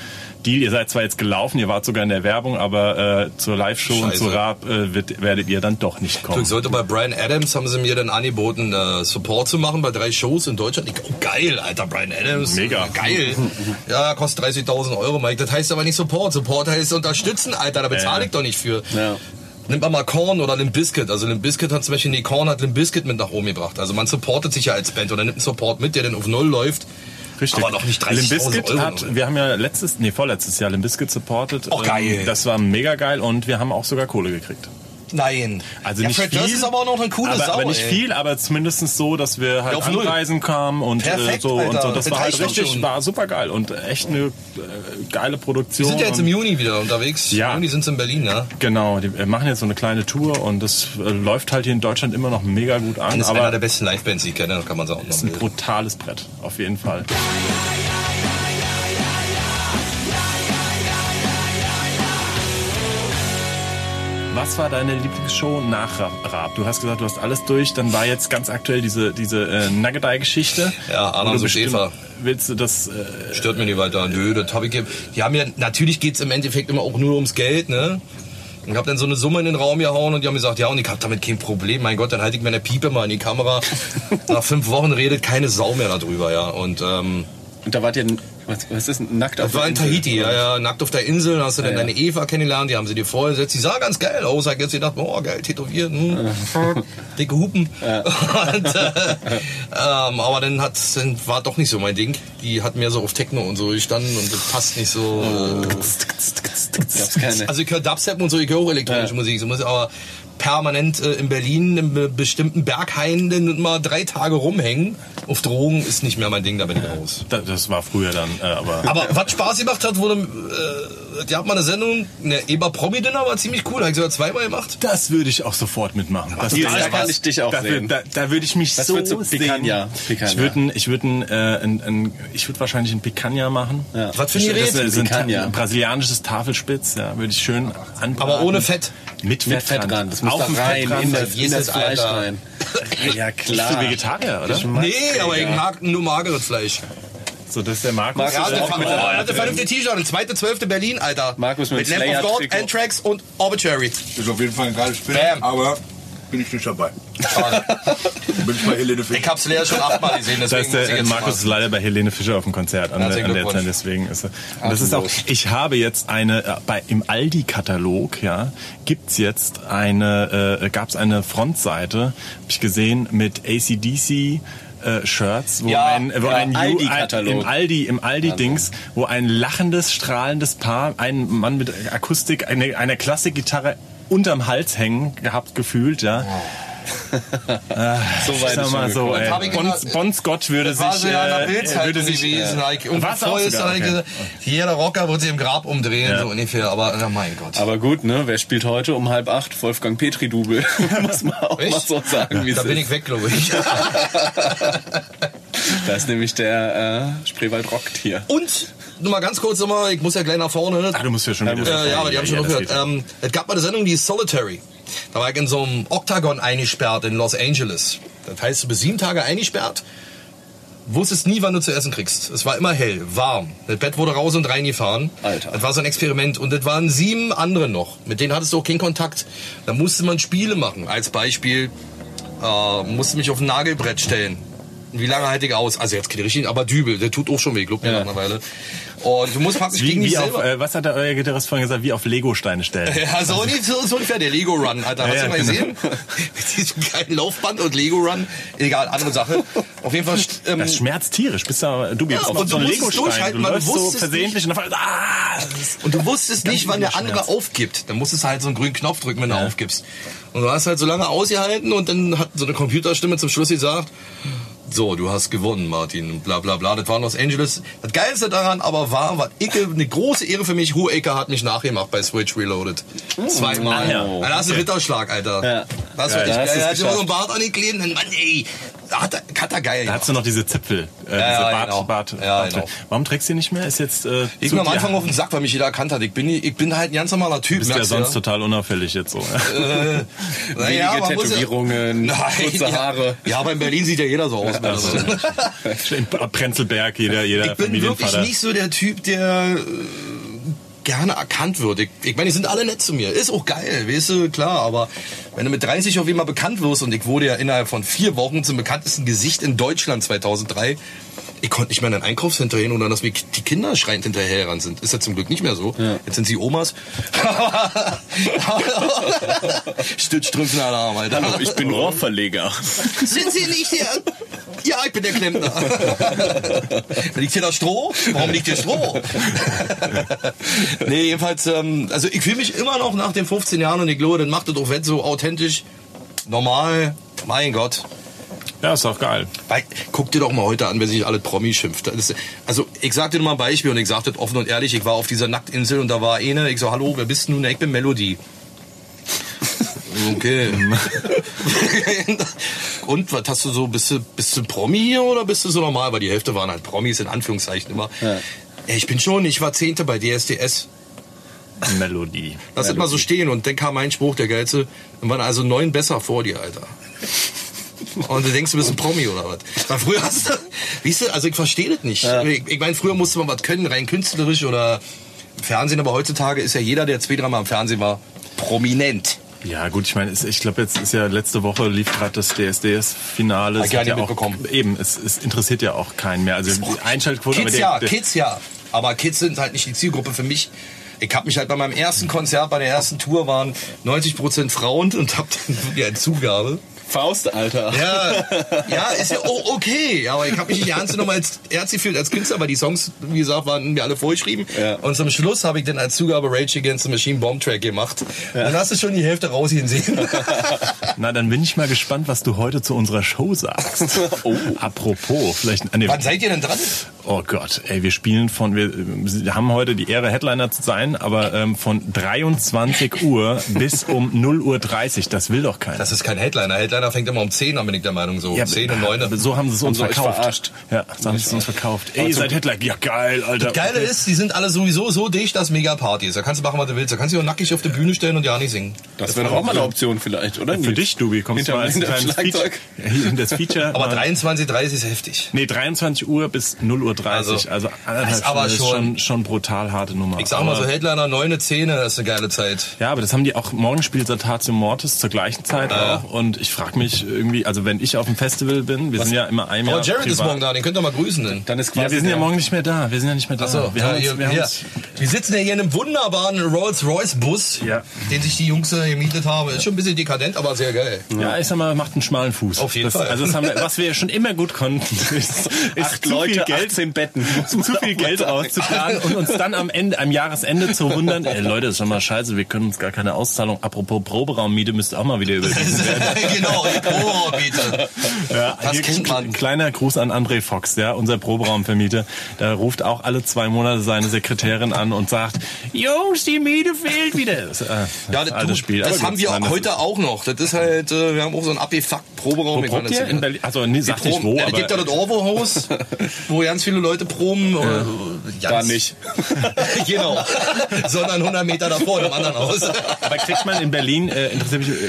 Speaker 2: Deal, ihr seid zwar jetzt gelaufen, ihr wart sogar in der Werbung, aber äh, zur Live-Show und
Speaker 4: Scheiße.
Speaker 2: zur Rap äh, wird, werdet ihr dann doch nicht
Speaker 4: Du,
Speaker 2: kommen.
Speaker 4: Ich sollte bei Brian Adams, haben sie mir dann angeboten, äh, Support zu machen bei drei Shows in Deutschland. Ich, oh, geil, Alter, Brian Adams.
Speaker 2: Mega.
Speaker 4: Geil. Ja, kostet 30.000 Euro, Mike. Das heißt aber nicht Support. Support heißt unterstützen, Alter. Da bezahle ich doch nicht für.
Speaker 3: Ja.
Speaker 4: Nimmt man mal Korn oder Limp Bizkit. Also Limp Bizkit hat zum Beispiel, nee, Korn hat Limp Bizkit mit nach oben gebracht. Also man supportet sich ja als Band oder nimmt einen Support mit, der dann auf Null läuft.
Speaker 2: Richtig.
Speaker 4: Aber doch nicht 30.000
Speaker 2: Limbiskit
Speaker 4: Euro.
Speaker 2: hat, wir haben ja letztes, nee, vorletztes Jahr Limbiskit supported.
Speaker 4: Auch geil.
Speaker 2: das war mega geil und wir haben auch sogar Kohle gekriegt.
Speaker 4: Nein.
Speaker 2: Also
Speaker 4: ja,
Speaker 2: nicht
Speaker 4: Fred
Speaker 2: viel,
Speaker 4: Durst ist aber auch noch eine coole
Speaker 2: aber,
Speaker 4: Sau.
Speaker 2: aber nicht
Speaker 4: ey.
Speaker 2: viel, aber zumindest so, dass wir halt
Speaker 4: Ja, auf Null.
Speaker 2: anreisen kamen und äh,
Speaker 4: Perfekt,
Speaker 2: so und
Speaker 4: Alter.
Speaker 2: so. Das
Speaker 4: Mit
Speaker 2: war halt
Speaker 4: drei
Speaker 2: richtig,
Speaker 4: Stunden.
Speaker 2: war super geil und echt eine äh, geile Produktion.
Speaker 4: Wir sind ja jetzt
Speaker 2: und-
Speaker 4: im Juni wieder unterwegs.
Speaker 2: Ja.
Speaker 4: Im Juni sind sie in Berlin, ne?
Speaker 2: Genau, die äh, machen jetzt so eine kleine Tour und das äh, läuft halt hier in Deutschland immer noch mega gut an.
Speaker 4: Das ist
Speaker 2: aber
Speaker 4: einer der besten Live-Bands, die ich kenne, kann man sagen.
Speaker 2: ist ein brutales Brett, auf jeden Fall. Was war deine Lieblingsshow nach Ra- Raab? Du hast gesagt, du hast alles durch. Dann war jetzt ganz aktuell diese, diese äh, Nugget Eye Geschichte.
Speaker 4: Ja, Adam
Speaker 2: Wo du
Speaker 4: sucht
Speaker 2: bestimmt-
Speaker 4: Eva.
Speaker 2: Willst du das? Äh,
Speaker 4: Stört mir nicht weiter. Nö, das habe ich. ge- Die haben ja, natürlich geht's im Endeffekt immer auch nur ums Geld, ne? Und Ich habe dann so eine Summe in den Raum gehauen und die haben gesagt, ja, und ich habe damit kein Problem. Mein Gott, dann halte ich meine Piepe mal in die Kamera. Nach fünf Wochen redet keine Sau mehr darüber, ja. Und ähm,
Speaker 3: Und da wart ihr, was, was ist denn, nackt auf
Speaker 4: das war
Speaker 3: der
Speaker 4: in
Speaker 3: Insel?
Speaker 4: Tahiti, ja, ja, nackt auf der Insel. Da hast du dann deine Eva kennengelernt, die haben sie dir vorgesetzt. Die sah ganz geil aus. Ich hab jetzt gedacht, oh, geil, tätowiert, hm, dicke Hupen. Und, äh, ähm, aber dann, hat's, dann war doch nicht so mein Ding. Die hat mehr so auf Techno und so gestanden und das passt nicht so.
Speaker 3: Oh. Gab's keine.
Speaker 4: Also ich höre Dubstep und so, ich höre auch elektronische Musik. So muss aber permanent äh, in Berlin in be- bestimmten Berghainen dann mal drei Tage rumhängen. Auf Drogen ist nicht mehr mein Ding, da bin ich raus.
Speaker 2: da- das war früher dann, äh, aber.
Speaker 4: Aber was Spaß gemacht hat, wurde, äh, die hat mal eine Sendung, eine Eber Promi Dinner war ziemlich cool, habe ich sogar zweimal gemacht.
Speaker 2: Das würde ich auch sofort mitmachen. Das
Speaker 3: hier,
Speaker 2: würde
Speaker 3: da
Speaker 2: ich-
Speaker 3: kann ich dich auch
Speaker 2: da,
Speaker 3: sehen.
Speaker 2: Da, da würde ich mich
Speaker 3: Was
Speaker 2: so
Speaker 3: würdest du?
Speaker 2: sehen.
Speaker 3: Picanha. Picanha.
Speaker 2: Ich würde ich würde ein, äh, ein, ein, ich würde wahrscheinlich ein Picanha machen.
Speaker 3: Ja.
Speaker 4: Was für ein
Speaker 2: Das
Speaker 4: Gerät?
Speaker 2: ist ein,
Speaker 3: Picanha.
Speaker 2: ein brasilianisches Tafelspitz, ja, würde ich schön anbraten.
Speaker 4: Aber ohne Fett.
Speaker 2: Mit Fett,
Speaker 3: Mit Fett dran. Das muss
Speaker 2: Auf
Speaker 3: da
Speaker 2: dem
Speaker 3: rein,
Speaker 2: Fettrand.
Speaker 3: in, das- in
Speaker 4: Jesus,
Speaker 3: das Fleisch
Speaker 4: Alter.
Speaker 3: rein. Ja,
Speaker 2: Bist du
Speaker 3: klar.
Speaker 2: Vegetarier, oder?
Speaker 4: Nee, aber ich mag nur mageres Fleisch.
Speaker 2: So, das ist der Markus.
Speaker 3: Markus
Speaker 4: Ja,
Speaker 3: ist
Speaker 4: hatte
Speaker 3: auch mit dabei.
Speaker 4: hatte vernünftige T-Shirt. Und Zweite, zwölfte Berlin, Alter.
Speaker 3: Markus mit
Speaker 4: mit Lamp of God,
Speaker 3: Slayer-Trikot.
Speaker 4: Anthrax und Arbitrary.
Speaker 5: Ist auf jeden Fall ein geiles Spiel,
Speaker 4: Bam.
Speaker 5: aber bin ich nicht dabei. bin ich bei Helene Fischer.
Speaker 4: Ich hab's leer schon achtmal gesehen,
Speaker 2: Das
Speaker 4: deswegen
Speaker 2: heißt, der Markus ist leider bei Helene Fischer auf dem Konzert an, der-
Speaker 4: Herzlichen
Speaker 2: an der
Speaker 4: Glückwunsch.
Speaker 2: Zeit, deswegen ist er. Und das ist auch, ich habe jetzt eine, äh, bei, im Aldi-Katalog, ja, gibt's jetzt eine, äh, gab's eine Frontseite, hab ich gesehen, mit ACDC, äh, Shirts, wo
Speaker 4: Ja, genau.
Speaker 2: ein, wo
Speaker 4: Also.
Speaker 3: ja,
Speaker 2: ein, Ju-
Speaker 3: Aldi-Katalog.
Speaker 2: ein im Aldi, im Aldi-Dings, wo ein lachendes, strahlendes Paar, ein Mann mit Akustik, eine, einer Klassikgitarre unterm Hals hängen gehabt gefühlt, ja.
Speaker 3: So
Speaker 2: Ich
Speaker 3: weit
Speaker 2: sag
Speaker 3: ist
Speaker 2: mal
Speaker 3: schon
Speaker 2: so,
Speaker 3: gekommen.
Speaker 2: ey.
Speaker 4: hab ich
Speaker 2: Bon,
Speaker 4: immer-
Speaker 2: bon Scott würde
Speaker 4: Das war
Speaker 2: sich,
Speaker 4: so ja in der
Speaker 2: äh,
Speaker 4: Bildzeitung
Speaker 2: würde sich
Speaker 4: gewesen.
Speaker 2: War's
Speaker 4: Like, irgendwo
Speaker 2: auch
Speaker 4: voll ist
Speaker 2: sogar,
Speaker 4: okay.
Speaker 2: okay.
Speaker 4: gesagt, jeder Rocker wird sich im Grab umdrehen, so ungefähr. Aber, oh mein Gott.
Speaker 3: Aber gut, ne? Wer spielt heute um halb acht? Wolfgang Petri-Double. Muss man auch mal
Speaker 4: Echt?
Speaker 3: so sagen, wie
Speaker 4: da
Speaker 3: es
Speaker 4: bin ich
Speaker 3: ist.
Speaker 4: weg, glaube ich.
Speaker 3: Da ist nämlich der äh, Spreewald rockt hier.
Speaker 4: Und, nur mal ganz kurz nochmal, ich muss ja gleich nach vorne. Ne?
Speaker 2: Ah, du musst ja schon wieder.
Speaker 4: Äh, ja, aber die haben schon
Speaker 2: das
Speaker 4: aufgehört.
Speaker 2: geht.
Speaker 4: Ähm, es gab mal eine Sendung, die ist Solitary. Da war ich in so einem Oktagon eingesperrt in Los Angeles. Das heißt, du bist sieben Tage eingesperrt, wusstest nie, wann du zu essen kriegst. Es war immer hell, warm. Das Bett wurde raus und reingefahren.
Speaker 3: Alter.
Speaker 4: Das war so ein Experiment. Und das waren sieben andere noch. Mit denen hattest du auch keinen Kontakt. Da musste man Spiele machen. Als Beispiel äh, musste mich auf ein Nagelbrett stellen. Wie lange halte ich aus? Also jetzt keine richtigen, aber Dübel, der tut auch schon weh, glaub mir
Speaker 3: Ja.
Speaker 4: mittlerweile. Und du musst praktisch gegen
Speaker 2: wie,
Speaker 4: dich
Speaker 2: wie
Speaker 4: selber.
Speaker 2: auf, äh, was hat der euer Gitarrist vorhin gesagt? Wie auf Lego-Steine stellen.
Speaker 4: Ja, so ungefähr, so ungefähr der Lego Run, Alter. Hast
Speaker 2: Ja, genau.
Speaker 4: du
Speaker 2: ja,
Speaker 4: mal gesehen? Mit diesem geilen Laufband und Lego Run. Egal, andere Sache. Auf jeden Fall. Ähm,
Speaker 2: Das schmerzt tierisch. Bist du, du bist
Speaker 4: Ja,
Speaker 2: auf
Speaker 4: und
Speaker 2: so
Speaker 4: du
Speaker 2: einem
Speaker 4: musst es
Speaker 2: Lego-Stein. Du
Speaker 4: durchhalten, weil du
Speaker 2: läufst so
Speaker 4: wusstest
Speaker 2: versehentlich und dann fallst ah, das ist-
Speaker 4: und du wusstest nicht, wann der andere aufgibt. Dann musstest du halt so einen grünen Knopf drücken, wenn er aufgibst. Und du hast halt so lange ausgehalten und dann hat so eine Computerstimme zum Schluss gesagt, so, du hast gewonnen, Martin, und bla bla bla. Das war in Los Angeles. Das Geilste daran aber war, was Icke, eine große Ehre für mich, Huecker hat mich nachgemacht bei Switch Reloaded. Zweimal.
Speaker 2: Ah, ja.
Speaker 4: Dann hast du einen Ritterschlag, Alter.
Speaker 3: Ja.
Speaker 4: Das
Speaker 3: Ja,
Speaker 4: war
Speaker 3: da hast
Speaker 4: echt
Speaker 3: du's
Speaker 4: geil. Er hat immer so einen
Speaker 3: geschafft.
Speaker 4: Bart angeklebt, dann Mann, ey. Hat er, hat er geil.
Speaker 2: Da
Speaker 4: gemacht.
Speaker 2: hast du noch diese Zipfel, äh,
Speaker 4: Ja,
Speaker 2: diese
Speaker 4: ja,
Speaker 2: Bart,
Speaker 4: genau.
Speaker 2: Bart,
Speaker 4: Ja,
Speaker 2: Bart.
Speaker 4: genau.
Speaker 2: Warum trägst du die nicht mehr? Ist jetzt äh,
Speaker 4: Ich
Speaker 2: zu
Speaker 4: bin am
Speaker 2: dir-
Speaker 4: Anfang auf den Sack, weil mich jeder erkannt hat. Ich bin, ich bin halt ein ganz normaler Typ.
Speaker 2: bist ja
Speaker 4: merkst du,
Speaker 2: sonst
Speaker 4: ja?
Speaker 2: total unauffällig jetzt so.
Speaker 4: Äh,
Speaker 3: Wenige
Speaker 4: naja, man muss ja-
Speaker 3: Tätowierungen, kurze Haare.
Speaker 4: Ja. ja, aber in Berlin sieht ja jeder so aus.
Speaker 2: Also, in Prenzlberg, jeder, jeder
Speaker 4: ich bin wirklich
Speaker 2: Familienvater.
Speaker 4: nicht so der Typ, der äh, gerne erkannt wird. Ich, ich meine, die sind alle nett zu mir. Ist auch geil, weißt du, klar. Aber wenn du mit 30 auf jemand bekannt wirst und ich wurde ja innerhalb von vier Wochen zum bekanntesten Gesicht in Deutschland 2003. ich konnte nicht mehr in ein Einkaufscenter hin, ohne dass mir die Kinder schreiend hinterher ran sind. Ist ja zum Glück nicht mehr so. Jetzt sind sie Omas. Stützstrümpfen-Alarm, Alter.
Speaker 3: Hallo, ich bin Rohrverleger.
Speaker 4: Sind Sie nicht der? Ja, ich bin der Klempner. liegt hier das Stroh? Warum liegt hier Stroh? nee, jedenfalls, ähm, also ich fühle mich immer noch nach den 15 Jahren und ich glaube, dann macht das auch wenn so authentisch, normal. Mein Gott.
Speaker 2: Ja, ist auch geil.
Speaker 4: Weil, guck dir doch mal heute an, wer sich alle Promi schimpft. Das ist, also, ich sag dir nur mal ein Beispiel und ich sag das offen und ehrlich, ich war auf dieser Nacktinsel und da war eine, ich so, hallo, wer bist du? Na, ich bin Melody. Okay. und was hast du so, bist du, bist du Promi hier oder bist du so normal? Weil die Hälfte waren halt Promis in Anführungszeichen immer. Ja. Ich bin schon, ich war Zehnte bei DSDS.
Speaker 2: Melodie.
Speaker 4: Lass das mal so stehen und dann kam mein Spruch, der geilste, dann waren also neun besser vor dir, Alter. Und du denkst, du bist ein Promi oder was? Weil früher hast du, weißt du, also ich verstehe das nicht. Ich, ich meine, früher musste man was können, rein künstlerisch oder im Fernsehen, aber heutzutage ist ja jeder, der zwei, dreimal im Fernsehen war, prominent.
Speaker 2: Ja, gut, ich meine, es- ich glaube, jetzt ist ja letzte Woche lief gerade das DSDS-Finale.
Speaker 4: Hab ich gar nicht
Speaker 2: ja
Speaker 4: mitbekommen.
Speaker 2: auch, eben, es, es interessiert ja auch keinen mehr. Also die Einschaltquote.
Speaker 4: Kids ja, Kids ja. Aber Kids sind halt nicht die Zielgruppe für mich. Ich habe mich halt bei meinem ersten Konzert, bei der ersten Tour waren 90% Frauen und hab dann ja, Zugabe.
Speaker 3: Faust, Alter.
Speaker 4: Ja, ja, ist ja o- okay, aber ich habe mich nicht ernst genommen als ernst gefühlt als Künstler, weil die Songs, wie gesagt, waren mir alle vorgeschrieben.
Speaker 3: Ja.
Speaker 4: Und zum Schluss habe ich dann als Zugabe Rage Against the Machine Bomb Track gemacht. Dann hast du schon die Hälfte rausgehen sehen.
Speaker 2: Na, dann bin ich mal gespannt, was du heute zu unserer Show sagst. oh. Apropos, vielleicht. ah, Nee,
Speaker 4: Wann seid ihr denn dran?
Speaker 2: oh Gott, ey, wir spielen von. Wir äh, haben heute die Ehre, Headliner zu sein, aber ähm, von 23 Uhr bis um 0 Uhr. 30. Das will doch keiner.
Speaker 4: Das ist kein Headliner. Headliner fängt immer um 10 an, bin ich der Meinung, so.
Speaker 2: Ja,
Speaker 4: 10
Speaker 3: ah,
Speaker 4: und 9.
Speaker 2: aber So haben sie es uns
Speaker 3: sie euch
Speaker 2: verkauft.
Speaker 3: verarscht.
Speaker 2: Ja, so haben sie es uns verkauft. Ey, ihr seid Hitler. Ja, geil, Alter.
Speaker 4: Geile ist, die sind alle sowieso so dicht, dass mega Party ist. Da kannst du machen, was du willst. Da kannst du dich auch nackig auf die Bühne stellen und ja nicht singen.
Speaker 3: Das wäre doch auch mal eine Option vielleicht, oder?
Speaker 2: Äh, Für dich, Dubi, kommst du mal als kleines Feature. Hier in das Feature.
Speaker 4: Aber
Speaker 2: mal-
Speaker 4: 23, 30 ist heftig.
Speaker 2: Nee, 23 Uhr bis 0 Uhr 30. Also,
Speaker 4: Also,
Speaker 2: anderthalb
Speaker 4: das ist aber
Speaker 2: Stunden
Speaker 4: schon-
Speaker 2: schon, schon brutal harte Nummer.
Speaker 4: Ich sag mal
Speaker 2: Aber-
Speaker 4: so, Headliner 9, 10, das ist eine geile Zeit.
Speaker 2: Ja, aber das haben die auch, morgen spielt Satatio Mortis zur gleichen Zeit auch. Und ich frage mich irgendwie, also wenn ich auf dem Festival bin, wir sind ja immer ein Jahr
Speaker 4: Aber Jared ist
Speaker 2: privat-
Speaker 4: morgen da, den könnt ihr mal grüßen. Denn.
Speaker 3: Dann ist quasi
Speaker 2: Ja, wir sind ja
Speaker 3: der-
Speaker 2: morgen nicht mehr da. Wir sind ja nicht mehr da.
Speaker 4: Achso,
Speaker 2: wir
Speaker 4: ja,
Speaker 2: haben uns,
Speaker 4: ihr-
Speaker 2: wir haben
Speaker 4: ja.
Speaker 2: uns,
Speaker 4: wir sitzen ja hier in einem wunderbaren Rolls-Royce-Bus,
Speaker 2: Ja.
Speaker 4: den sich die Jungs äh, gemietet haben. Ist schon ein bisschen dekadent, aber sehr geil.
Speaker 2: Ja, ich sag mal, macht einen schmalen Fuß.
Speaker 4: Auf jeden
Speaker 2: das,
Speaker 4: Fall.
Speaker 2: Also das haben wir, was wir ja schon immer gut konnten, ist, ist
Speaker 3: Acht
Speaker 2: zu
Speaker 3: Leute,
Speaker 2: viel Geld,
Speaker 3: 18 Betten.
Speaker 2: zu viel Geld auszuplanen und uns dann am Ende, am Jahresende zu wundern, ey Leute, ist schon mal scheiße, wir können uns gar keine Auszahlung. Apropos Proberaummiete müsst ihr auch mal wieder überlegen.
Speaker 4: genau, die Pro-Orbite.
Speaker 2: Ja,
Speaker 4: Das
Speaker 2: hier
Speaker 4: kennt man.
Speaker 2: Kleiner Gruß an André Fox, ja, unser Proberaumvermieter. Da ruft auch alle zwei Monate seine Sekretärin an und sagt, Jungs, die Miete fehlt wieder. Das, äh,
Speaker 4: Ja,
Speaker 2: das
Speaker 4: das,
Speaker 2: alte
Speaker 4: du,
Speaker 2: Spiel.
Speaker 4: das
Speaker 2: Aber
Speaker 4: haben
Speaker 2: gut,
Speaker 4: wir
Speaker 2: nein, das
Speaker 4: heute
Speaker 2: ist-
Speaker 4: auch noch. Das ist halt, äh, wir haben auch so einen abgefuckten Proberaum.
Speaker 2: Wo
Speaker 4: Ich meine,
Speaker 2: probt
Speaker 4: Oh, das
Speaker 2: ihr?
Speaker 4: ist-
Speaker 2: In Berlin? Also, nee, sag nicht wo,
Speaker 4: Ja, Es
Speaker 2: aber...
Speaker 4: äh, gibt ja das Orwo-Haus, wo ganz viele Leute proben. Oder,
Speaker 3: Da nicht.
Speaker 4: genau. Sondern 100 Meter davor, in einem anderen Haus.
Speaker 2: Aber kriegt man in Berlin, äh, interessiert mich, äh,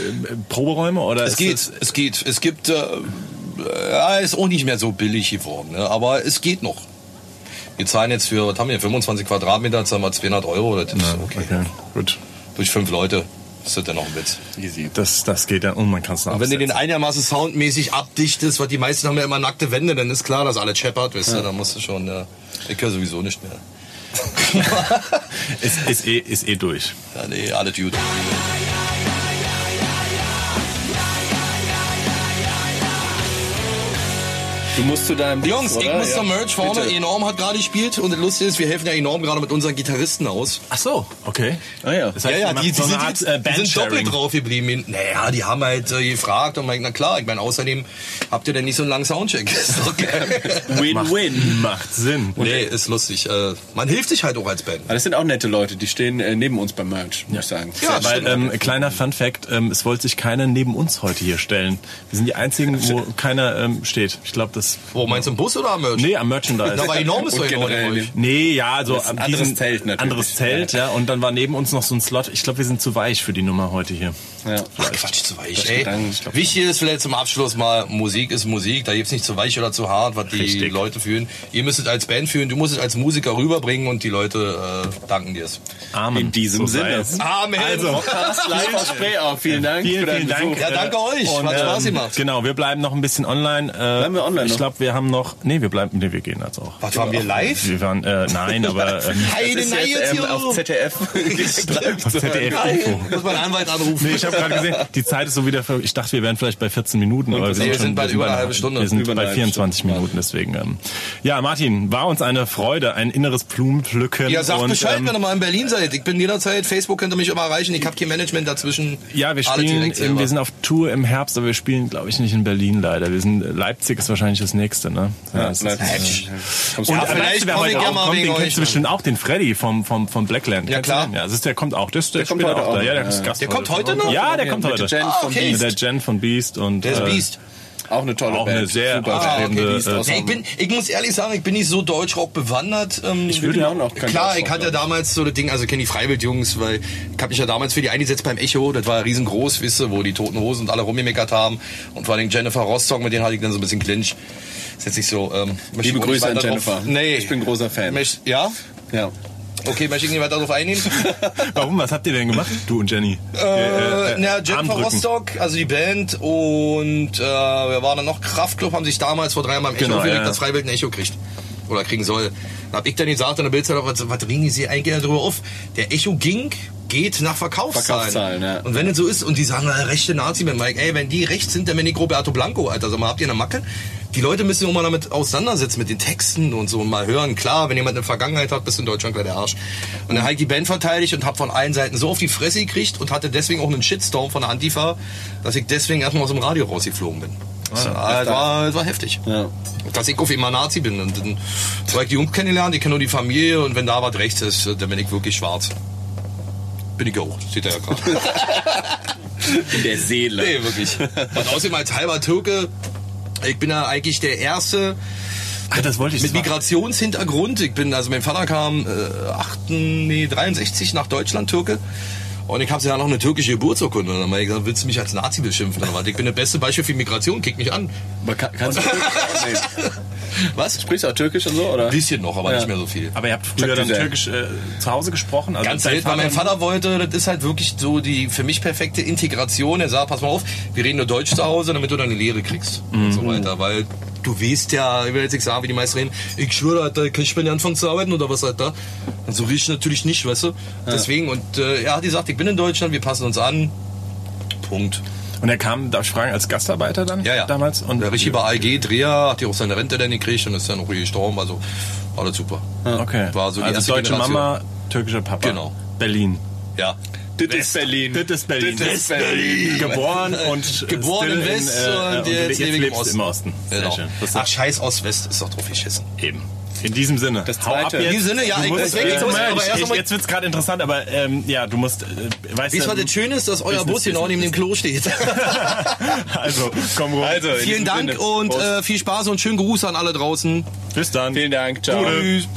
Speaker 2: Proberäume oder
Speaker 4: Es
Speaker 2: ist
Speaker 4: geht, es geht. Es gibt, äh, ja, ist auch nicht mehr so billig geworden, ne? aber es geht noch. Wir zahlen jetzt für, was haben wir, 25 Quadratmeter, zahlen wir 200 Euro, das ist okay.
Speaker 2: Das, okay, gut.
Speaker 4: Durch fünf Leute ist das dann noch ein Witz.
Speaker 3: Easy.
Speaker 2: Das, das geht dann, und man kann es
Speaker 4: Und wenn du den
Speaker 2: absetzen.
Speaker 4: einigermaßen soundmäßig abdichtest, weil die meisten haben ja immer nackte Wände, dann ist klar, dass alle scheppert, weißt du, da musst du schon, ja. ich höre sowieso nicht mehr.
Speaker 2: Ist, ist, eh, ist eh durch.
Speaker 4: ja, nee, alles gut.
Speaker 3: Du musst zu deinem Dings,
Speaker 4: Jungs, ich
Speaker 3: oder?
Speaker 4: muss
Speaker 3: Ja.
Speaker 4: zum Merch vorne.
Speaker 3: Bitte.
Speaker 4: Enorm hat gerade gespielt und das Lustige ist, wir helfen ja Enorm gerade mit unseren Gitarristen aus.
Speaker 2: Ach so. Okay.
Speaker 3: Ah ja.
Speaker 2: Das heißt, ihr macht so eine Art, äh,
Speaker 4: die sind
Speaker 2: Bandsharing.
Speaker 4: doppelt drauf geblieben. Naja, die haben halt äh, gefragt und meint, na klar, ich meine, außerdem habt ihr denn nicht so einen langen Soundcheck. Ist doch geil.
Speaker 3: Win-win.
Speaker 2: Macht Sinn.
Speaker 4: nee, ist lustig. Äh, man hilft sich halt auch als Band.
Speaker 3: Aber Ah, das sind auch nette Leute, die stehen äh, neben uns beim Merch, muss ich sagen.
Speaker 4: Ja,
Speaker 2: Weil,
Speaker 4: stimmt.
Speaker 2: ähm, kleiner Fun Fact, ähm, es wollte sich keiner neben uns heute hier stellen. Wir sind die einzigen, wo keiner ähm, steht. Ich glaube, das...
Speaker 4: Wo meinst du, im Bus oder am Merch?
Speaker 2: Nee, am Merchandise.
Speaker 4: Na, aber Enorm ist
Speaker 3: Und
Speaker 4: doch Enorm.
Speaker 3: generell nicht.
Speaker 4: nicht voll.
Speaker 2: Nee, ja, also
Speaker 3: ist ein
Speaker 2: am-
Speaker 3: anderes Zelt natürlich.
Speaker 2: Anderes Zelt, ja. Und dann war neben uns noch so ein Slot. Ich glaube, wir sind zu weich für die Nummer heute hier.
Speaker 3: Ja.
Speaker 4: Ach, Quatsch, zu weich.
Speaker 3: Das
Speaker 4: Ey,
Speaker 3: Gedanken, ich glaub-
Speaker 4: Wichtig ist vielleicht zum Abschluss mal, Musik ist Musik. Da gibt's nicht zu weich oder zu hart, was die
Speaker 2: Richtig.
Speaker 4: Leute fühlen. Ihr müsst es als Band fühlen, du musst es als Musiker rüberbringen und die Leute äh, danken dir's.
Speaker 2: Amen.
Speaker 3: In diesem
Speaker 2: sei
Speaker 3: Sinne.
Speaker 2: es.
Speaker 4: Amen.
Speaker 2: Also,
Speaker 3: Das live aus Spree Vielen Dank.
Speaker 2: vielen,
Speaker 3: für deinen
Speaker 2: vielen Dank.
Speaker 3: Besuch.
Speaker 4: Ja, danke euch. Hat Spaß
Speaker 2: ähm,
Speaker 4: gemacht.
Speaker 2: Genau, wir bleiben noch ein bisschen online. Äh,
Speaker 3: Bleiben wir online
Speaker 2: ich ich glaube, wir haben noch. Nee, wir bleiben. Nee, wir gehen jetzt auch.
Speaker 4: Was, waren wir live?
Speaker 2: Wir waren. Äh, nein, aber. Ähm,
Speaker 4: Eine
Speaker 3: Das ist jetzt, ähm, auf ZDF.
Speaker 2: auf ZDF Info.
Speaker 4: Muss man einen Anwalt anrufen.
Speaker 2: Nee, ich habe gerade gesehen, die Zeit ist so wieder. ver- Ich dachte, wir wären vielleicht bei 14 Minuten. Aber wir
Speaker 4: wir sind bald
Speaker 2: wir
Speaker 4: über
Speaker 2: bei
Speaker 4: eine
Speaker 2: einer-
Speaker 4: halbe Stunde.
Speaker 2: Wir sind
Speaker 4: Über eine
Speaker 2: bei
Speaker 4: halbe
Speaker 2: 24 Minuten, deswegen. Ähm, ja, Martin, war uns eine Freude, ein inneres Blumenpflücken.
Speaker 4: Ja, sagt
Speaker 2: und,
Speaker 4: Bescheid,
Speaker 2: ähm,
Speaker 4: wenn ihr mal in Berlin seid. Ich bin jederzeit, Facebook könnt ihr mich immer erreichen. Ich habe kein Management dazwischen.
Speaker 2: Ja, wir
Speaker 4: Alle
Speaker 2: spielen,
Speaker 4: direkt
Speaker 2: ähm,
Speaker 4: selber.
Speaker 2: wir sind auf Tour im Herbst, aber wir spielen, glaube ich, nicht in Berlin leider. Wir sind, äh, Leipzig ist wahrscheinlich das nächste, ne? Ja, es ist-
Speaker 3: Kommst du
Speaker 2: Und
Speaker 4: Ja,
Speaker 3: ab?
Speaker 2: vielleicht
Speaker 4: vielleicht
Speaker 2: wer
Speaker 4: komm ich
Speaker 2: heute
Speaker 4: ja
Speaker 2: auch
Speaker 4: mal
Speaker 2: kommt,
Speaker 4: wegen
Speaker 2: den
Speaker 4: euch,
Speaker 2: kennst du
Speaker 4: ne?
Speaker 2: bestimmt auch, den Freddy vom, vom, vom Blackland.
Speaker 4: Ja,
Speaker 2: Kennst
Speaker 4: klar.
Speaker 2: du den? Ja, das ist, der kommt auch, der, ist- der,
Speaker 3: kommt
Speaker 2: spielt
Speaker 3: heute
Speaker 2: auch da.
Speaker 3: auch,
Speaker 2: Ja, der
Speaker 3: ja.
Speaker 2: ist Gast
Speaker 4: Der kommt heute noch?
Speaker 2: Ja, der kommt
Speaker 3: Mit
Speaker 2: heute.
Speaker 3: der Jen
Speaker 4: Ah,
Speaker 3: von
Speaker 4: okay.
Speaker 2: Mit
Speaker 3: Beast.
Speaker 2: der Jen von Beast und
Speaker 4: Der ist
Speaker 2: äh,
Speaker 4: Beast. Ah,
Speaker 3: Auch eine tolle
Speaker 2: Auch
Speaker 3: Band.
Speaker 2: eine sehr
Speaker 3: Super
Speaker 2: aufstrebende,
Speaker 3: Band, Beast
Speaker 2: äh,
Speaker 3: aus
Speaker 4: Nee, ich, bin, ich muss ehrlich sagen, ich bin nicht so deutschrock bewandert. Ähm,
Speaker 3: Ich würde ihn auch noch- könnte auch
Speaker 4: Klar,
Speaker 3: noch,
Speaker 4: ich hatte
Speaker 3: ja.
Speaker 4: damals so das Ding, also kenne die Freiwild-Jungs, weil ich habe mich ja damals für die eingesetzt beim Echo. Das war ja riesengroß, wisst ihr, wo die Toten Hosen und alle rumgemeckert haben. Und vor allem Jennifer Rostock, mit denen hatte ich dann so ein bisschen Clinch. Ist jetzt nicht so. Ähm, möchte
Speaker 3: Liebe
Speaker 4: ich auch
Speaker 3: Grüße
Speaker 4: nicht
Speaker 3: an
Speaker 4: weiter
Speaker 3: Jennifer.
Speaker 4: Drauf, nee.
Speaker 3: Ich bin großer Fan.
Speaker 4: Möcht- Ja?
Speaker 3: Ja.
Speaker 4: Okay, möchte ich nicht weiter darauf einnehmen?
Speaker 2: Warum? Was habt ihr denn gemacht? Du und Jenny.
Speaker 4: Äh, na,
Speaker 2: Arm
Speaker 4: Jennifer
Speaker 2: drücken.
Speaker 4: Rostock, also die Band und äh, wir waren dann noch Kraftklub, haben sich damals vor drei Jahren beim Echo
Speaker 2: Genau,
Speaker 4: genau,
Speaker 2: ja, ja.
Speaker 4: das Freibild ein Echo kriegt. Oder kriegen soll. Da hab ich dann gesagt in der Bildzeit, was, was regen die sich eigentlich darüber auf? Der Echo ging, geht nach Verkaufszahlen.
Speaker 3: Verkaufszahlen, ja.
Speaker 4: Und wenn es so ist, und die sagen, äh, rechte nazi mit Mike, ey, wenn die rechts sind, dann bin ich Roberto Blanco, Alter. Sag mal, habt ihr eine Macke? Die Leute müssen sich auch mal damit auseinandersetzen, mit den Texten und so und mal hören. Klar, wenn jemand eine Vergangenheit hat, bist du in Deutschland gleich der Arsch. Und dann habe ich die Band verteidigt und habe von allen Seiten so auf die Fresse gekriegt und hatte deswegen auch einen Shitstorm von der Antifa, dass ich deswegen erstmal aus dem Radio rausgeflogen bin. Das war, das war, das war heftig.
Speaker 3: Ja.
Speaker 4: Dass ich auf immer Nazi bin. Und dann habe ich die Jungs kennengelernt, die kennen nur die Familie und wenn da was rechts ist, dann bin ich wirklich schwarz. Bin ich auch, sieht er ja gerade.
Speaker 3: In der Seele.
Speaker 4: Nee, wirklich. Und außerdem als halber Türke, ich bin ja eigentlich der Erste
Speaker 2: Ah, das wollte ich
Speaker 4: mit
Speaker 2: das war-
Speaker 4: Migrationshintergrund. Ich bin, also mein Vater kam äh, 8, nee, 63 nach Deutschland, Türke. Und ich habe ja noch eine türkische Geburtsurkunde. Und dann habe ich gesagt, willst du mich als Nazi beschimpfen? Aber ich bin das beste Beispiel für Migration, kick mich an.
Speaker 3: Aber kann, kannst du nee.
Speaker 4: Was?
Speaker 3: Sprichst du auch Türkisch und so, oder?
Speaker 4: Ein bisschen noch, aber
Speaker 3: Ja.
Speaker 4: nicht mehr so viel.
Speaker 2: Aber ihr habt früher dann
Speaker 3: Türkei.
Speaker 2: türkisch äh, zu Hause gesprochen? Also
Speaker 4: Ganz
Speaker 2: dein
Speaker 4: selten, weil mein Vater wollte, das ist halt wirklich so die für mich perfekte Integration. Er sagt, pass mal auf, wir reden nur Deutsch zu Hause, damit du deine Lehre kriegst und
Speaker 2: Mhm.
Speaker 4: so weiter, weil du weißt ja, ich will jetzt nicht sagen, wie die meisten reden, ich schwöre, Alter, ich bin ja anfangen zu arbeiten oder was, Alter. Und so rieche ich natürlich nicht, weißt du. Deswegen, und äh, er hat gesagt, ich bin in Deutschland, wir passen uns an. Punkt.
Speaker 2: Und er kam, darf ich fragen, als Gastarbeiter dann?
Speaker 4: Ja, ja.
Speaker 2: Damals? Und
Speaker 4: der richtig bei ALG, Dreher, hat ja auch seine Rente dann gekriegt und ist dann auch hier gestorben, also alles super.
Speaker 2: Okay.
Speaker 4: War so die
Speaker 2: also
Speaker 4: erste
Speaker 2: deutsche
Speaker 4: Generation.
Speaker 2: Mama, türkischer Papa.
Speaker 4: Genau.
Speaker 2: Berlin.
Speaker 4: Ja.
Speaker 3: Das ist Berlin.
Speaker 2: Das ist Berlin.
Speaker 3: Das ist Berlin.
Speaker 2: Geboren und äh,
Speaker 4: Geboren
Speaker 2: still
Speaker 4: im West
Speaker 2: in, äh,
Speaker 4: und jetzt lebe ich im
Speaker 2: lebst
Speaker 4: Osten.
Speaker 2: im Osten. Sehr
Speaker 4: Genau.
Speaker 2: schön. Das ist
Speaker 4: Ach, scheiß Ost-West ist doch drauf geschissen.
Speaker 2: eben. In diesem Sinne.
Speaker 3: Das
Speaker 2: Hau ab
Speaker 3: Zweite.
Speaker 2: jetzt.
Speaker 4: In diesem Sinne, ja,
Speaker 2: Du
Speaker 4: ich-
Speaker 2: musst,
Speaker 4: deswegen-
Speaker 2: äh,
Speaker 4: jetzt muss ich aber
Speaker 2: Mensch,
Speaker 4: erst noch
Speaker 2: ich,
Speaker 4: mal-
Speaker 2: jetzt wird's gerade interessant, aber ähm, ja, du musst, äh, weißt
Speaker 4: Wie es
Speaker 2: du,
Speaker 4: heute schön ist, dass euer
Speaker 2: Business,
Speaker 4: Bus genau neben dem Klo steht.
Speaker 2: also komm rum.
Speaker 3: Also, in
Speaker 4: Vielen
Speaker 3: diesem
Speaker 4: Dank
Speaker 3: Sinne.
Speaker 4: und
Speaker 3: Prost.
Speaker 4: äh, viel Spaß und schönen Gruß an alle draußen.
Speaker 2: bis dann.
Speaker 3: Vielen Dank. Ciao.
Speaker 2: Gute.
Speaker 4: Tschüss.